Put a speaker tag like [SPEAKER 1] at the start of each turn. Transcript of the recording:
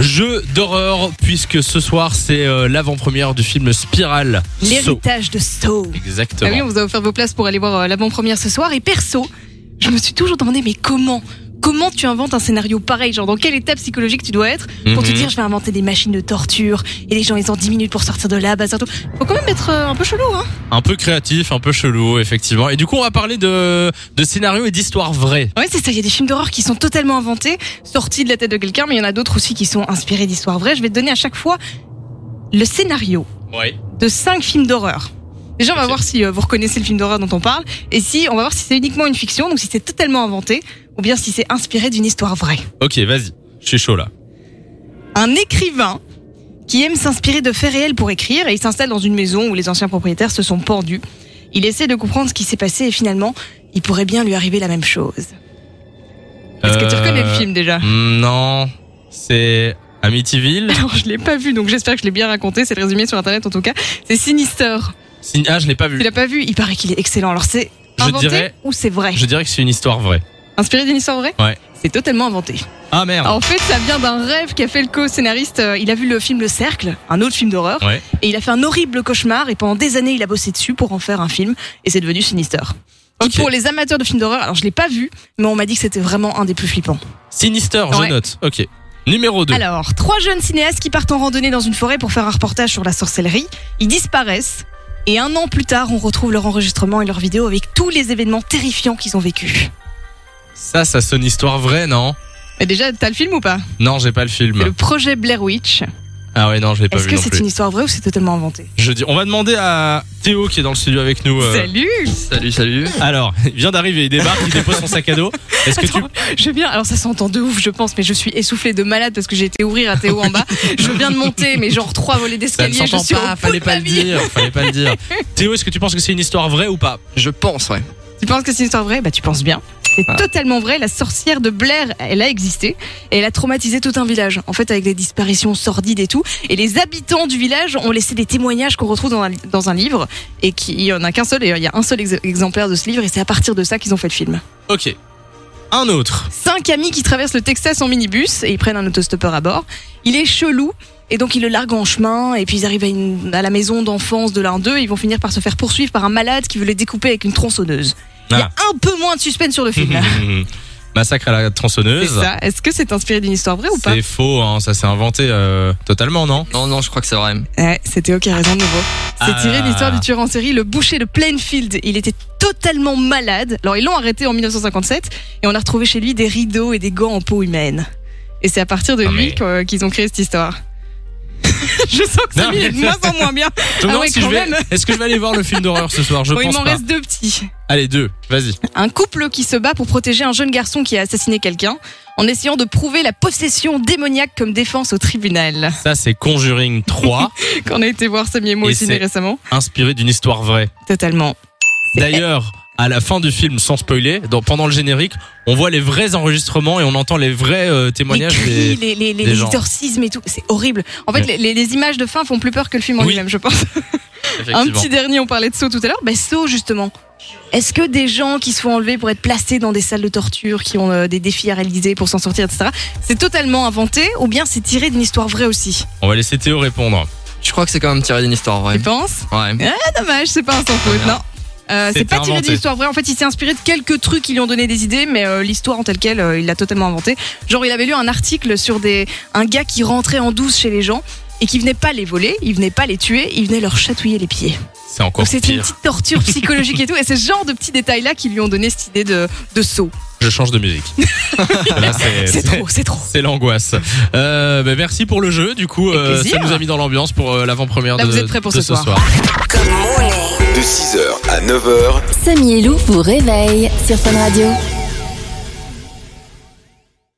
[SPEAKER 1] jeu d'horreur, puisque ce soir c'est euh, l'avant-première du film Spiral. Saw.
[SPEAKER 2] L'héritage de Saw. Ah
[SPEAKER 1] Exactement.
[SPEAKER 2] oui, on vous a offert vos places pour aller voir euh, l'avant-première ce soir. Et perso, je me suis toujours demandé, mais comment Comment tu inventes un scénario pareil Genre, dans quelle étape psychologique tu dois être pour te
[SPEAKER 1] Mhm.
[SPEAKER 2] dire, je vais inventer des machines de torture et les gens, ils ont 10 minutes pour sortir de là, bazar tout. Faut quand même être euh, un peu chelou, hein
[SPEAKER 1] Un peu créatif, un peu chelou, effectivement. Et du coup, on va parler de, de scénario et d'histoire vraie.
[SPEAKER 2] Ouais, c'est ça. Il y a des films d'horreur qui sont totalement inventés, sortis de la tête de quelqu'un, mais il y en a d'autres aussi qui sont inspirés d'histoires vraies. Je vais te donner à chaque fois le scénario
[SPEAKER 1] Ouais.
[SPEAKER 2] de cinq films d'horreur. Déjà, on va
[SPEAKER 1] Ok.
[SPEAKER 2] voir si euh, vous reconnaissez le film d'horreur dont on parle, et si on va voir si c'est uniquement une fiction, donc si c'est totalement inventé, ou bien si c'est inspiré d'une histoire vraie.
[SPEAKER 1] Ok, vas-y. Je suis chaud là.
[SPEAKER 2] Un écrivain qui aime s'inspirer de faits réels pour écrire, et il s'installe dans une maison où les anciens propriétaires se sont pendus. Il essaie de comprendre ce qui s'est passé, et finalement, il pourrait bien lui arriver la même chose. Est-ce que tu
[SPEAKER 1] Euh, hmm,
[SPEAKER 2] reconnais le film déjà
[SPEAKER 1] Non. C'est Amityville.
[SPEAKER 2] Alors, je l'ai pas vu, donc j'espère que je l'ai bien raconté. C'est le résumé sur internet en tout cas. C'est Sinister.
[SPEAKER 1] Sin- Ah, je l'ai pas
[SPEAKER 2] Tu
[SPEAKER 1] vu.
[SPEAKER 2] l'as pas vu Il paraît qu'il est excellent. Alors, c'est
[SPEAKER 1] Je
[SPEAKER 2] inventé
[SPEAKER 1] dirais-
[SPEAKER 2] ou c'est vrai
[SPEAKER 1] Je dirais que c'est une histoire vraie.
[SPEAKER 2] Inspiré d'une histoire vraie
[SPEAKER 1] Ouais.
[SPEAKER 2] C'est totalement inventé.
[SPEAKER 1] Ah merde.
[SPEAKER 2] En fait, ça vient d'un rêve qu'a fait le co-scénariste. Euh, Il a vu le film Le Cercle, un autre film d'horreur,
[SPEAKER 1] Ouais.
[SPEAKER 2] et il a fait un horrible cauchemar. Et pendant des années, il a bossé dessus pour en faire un film, et c'est devenu Sinister. Qui,
[SPEAKER 1] Ok.
[SPEAKER 2] Pour les amateurs de films d'horreur, alors je l'ai pas vu, mais on m'a dit que c'était vraiment un des plus flippants.
[SPEAKER 1] Sinister, je
[SPEAKER 2] Ouais.
[SPEAKER 1] note. Ok. Numéro 2.
[SPEAKER 2] Alors, trois jeunes cinéastes qui partent en randonnée dans une forêt pour faire un reportage sur la sorcellerie. Ils disparaissent. Et un an plus tard, on retrouve leur enregistrement et leur vidéo avec tous les événements terrifiants qu'ils ont vécus.
[SPEAKER 1] Ça, ça sonne histoire vraie, non
[SPEAKER 2] Mais déjà, t'as le film ou pas
[SPEAKER 1] Non, j'ai pas le film.
[SPEAKER 2] C'est Le projet Blair Witch.
[SPEAKER 1] Ah ouais, non, je l'ai pas
[SPEAKER 2] Est-ce
[SPEAKER 1] vu
[SPEAKER 2] que
[SPEAKER 1] non
[SPEAKER 2] c'est
[SPEAKER 1] plus.
[SPEAKER 2] une histoire vraie ou c'est totalement inventé
[SPEAKER 1] Je dis, on va demander à Théo qui est dans le studio avec nous. euh,
[SPEAKER 2] Salut
[SPEAKER 3] Salut, salut.
[SPEAKER 1] Alors, il vient d'arriver, il débarque, il dépose son sac à dos. Est-ce que tu
[SPEAKER 2] Attends, Je viens, alors ça s'entend de ouf, je pense, mais je suis essoufflée de malade parce que j'ai été ouvrir à Théo en bas. Je viens de monter, mais genre trois volets
[SPEAKER 1] Ça ne
[SPEAKER 2] d'escalier, je
[SPEAKER 1] s'entend
[SPEAKER 2] suis au
[SPEAKER 1] pas,
[SPEAKER 2] bout
[SPEAKER 1] fallait
[SPEAKER 2] de
[SPEAKER 1] pas
[SPEAKER 2] ma
[SPEAKER 1] le
[SPEAKER 2] vie.
[SPEAKER 1] dire, fallait pas le dire. Théo, est-ce que tu penses que c'est une histoire vraie ou pas
[SPEAKER 3] Je pense, ouais.
[SPEAKER 2] Tu penses que c'est une histoire vraie Bah tu penses bien. C'est
[SPEAKER 3] Ah.
[SPEAKER 2] totalement vrai, la sorcière de Blair, elle a existé et elle a traumatisé tout un village, en fait avec des disparitions sordides et tout. Et les habitants du village ont laissé des témoignages qu'on retrouve dans un, dans un livre et qui- il y en a qu'un seul, et il y a un seul ex- exemplaire de ce livre et c'est à partir de ça qu'ils ont fait le film.
[SPEAKER 1] Ok. Un autre.
[SPEAKER 2] Cinq amis qui traversent le Texas en minibus et ils prennent un autostoppeur à bord. Il est chelou et donc ils le larguent en chemin et puis ils arrivent à, une- à la maison d'enfance de l'un d'eux et ils vont finir par se faire poursuivre par un malade qui veut les découper avec une tronçonneuse. Il y a un peu moins de suspense sur le film. là.
[SPEAKER 1] Hmm. Massacre à la
[SPEAKER 2] Ah. C'est
[SPEAKER 1] tronçonneuse.
[SPEAKER 2] ça. Est-ce que c'est inspiré d'une histoire vraie ou pas
[SPEAKER 1] C'est faux, hein, ça s'est inventé euh, totalement, non
[SPEAKER 3] Non, non, je crois que c'est vrai.
[SPEAKER 2] Ouais, c'était OK, raison de nouveau. C'est
[SPEAKER 1] Ah.
[SPEAKER 2] tiré de l'histoire du tueur en série, le boucher de Plainfield. Il était totalement malade. Alors, ils l'ont arrêté en 1957 et on a retrouvé chez lui des rideaux et des gants en peau humaine. Et c'est à partir de
[SPEAKER 1] Non,
[SPEAKER 2] lui
[SPEAKER 1] mais-
[SPEAKER 2] qu'o- qu'ils ont créé cette histoire. je sens que
[SPEAKER 1] Non,
[SPEAKER 2] Samy
[SPEAKER 1] mais-
[SPEAKER 2] est de moins en moins bien.
[SPEAKER 1] Je me
[SPEAKER 2] Ah
[SPEAKER 1] demande
[SPEAKER 2] ouais,
[SPEAKER 1] si je
[SPEAKER 2] quand
[SPEAKER 1] vais-
[SPEAKER 2] même.
[SPEAKER 1] Est-ce que je vais aller voir le film d'horreur ce soir Je
[SPEAKER 2] Bon, il
[SPEAKER 1] pense
[SPEAKER 2] m'en
[SPEAKER 1] pas.
[SPEAKER 2] reste deux petits.
[SPEAKER 1] Allez, deux, vas-y.
[SPEAKER 2] Un couple qui se bat pour protéger un jeune garçon qui a assassiné quelqu'un en essayant de prouver la possession démoniaque comme défense au tribunal.
[SPEAKER 1] Ça, c'est Conjuring 3,
[SPEAKER 2] Qu'on a été voir Samy et moi
[SPEAKER 1] Et
[SPEAKER 2] au ciné
[SPEAKER 1] c'est-
[SPEAKER 2] récemment.
[SPEAKER 1] inspiré d'une histoire vraie.
[SPEAKER 2] Totalement.
[SPEAKER 1] D'ailleurs, à la fin du film, sans spoiler, dans- pendant le générique, on voit les vrais enregistrements et on entend les vrais euh,
[SPEAKER 2] les
[SPEAKER 1] témoignages des.
[SPEAKER 2] cris, les, les, les,
[SPEAKER 1] des gens.
[SPEAKER 2] exorcismes et tout, c'est horrible. En fait,
[SPEAKER 1] Ouais.
[SPEAKER 2] les, les images de fin font plus peur que le film en
[SPEAKER 1] Oui.
[SPEAKER 2] lui-même, je pense. Un
[SPEAKER 1] Effectivement.
[SPEAKER 2] petit dernier, on parlait de Saw tout à l'heure. Ben, Saw, justement. Est-ce que des gens qui se font enlever pour être placés dans des salles de torture, qui ont euh, des défis à réaliser pour s'en sortir, etc., c'est totalement inventé ou bien c'est tiré d'une histoire vraie aussi
[SPEAKER 1] On va laisser Théo répondre.
[SPEAKER 3] Je crois que c'est quand même tiré d'une histoire vraie.
[SPEAKER 2] Tu penses
[SPEAKER 3] Ouais.
[SPEAKER 2] Ah, Dommage, c'est pas un sans faute, non. Euh, c'est
[SPEAKER 1] C'était
[SPEAKER 2] pas tiré
[SPEAKER 1] inventé.
[SPEAKER 2] d'une histoire vraie. En fait, il s'est inspiré de quelques trucs qui lui ont donné des idées, mais euh, l'histoire en telle qu'elle, euh, il l'a totalement inventée. Genre, il avait lu un article sur des un gars qui rentrait en douce chez les gens et qui venait pas les voler, il venait pas les tuer, il venait leur chatouiller les pieds.
[SPEAKER 1] C'est encore
[SPEAKER 2] Donc c'était une
[SPEAKER 1] pire.
[SPEAKER 2] petite torture psychologique et tout. Et c'est ce genre de petits détails là qui lui ont donné cette idée de de saut.
[SPEAKER 1] Je change de musique. Là, c'est-
[SPEAKER 2] C'est trop, c'est trop.
[SPEAKER 1] C'est l'angoisse. Euh, bah, merci pour le jeu. Du coup,
[SPEAKER 2] Avec
[SPEAKER 1] euh, ça
[SPEAKER 2] plaisir.
[SPEAKER 1] nous a mis dans l'ambiance pour euh, l'avant-première de,
[SPEAKER 2] Là, vous êtes prêts pour
[SPEAKER 1] de
[SPEAKER 2] ce soir.
[SPEAKER 4] De 6h à 9h,
[SPEAKER 5] Samy et Lou vous réveille sur Fun Radio.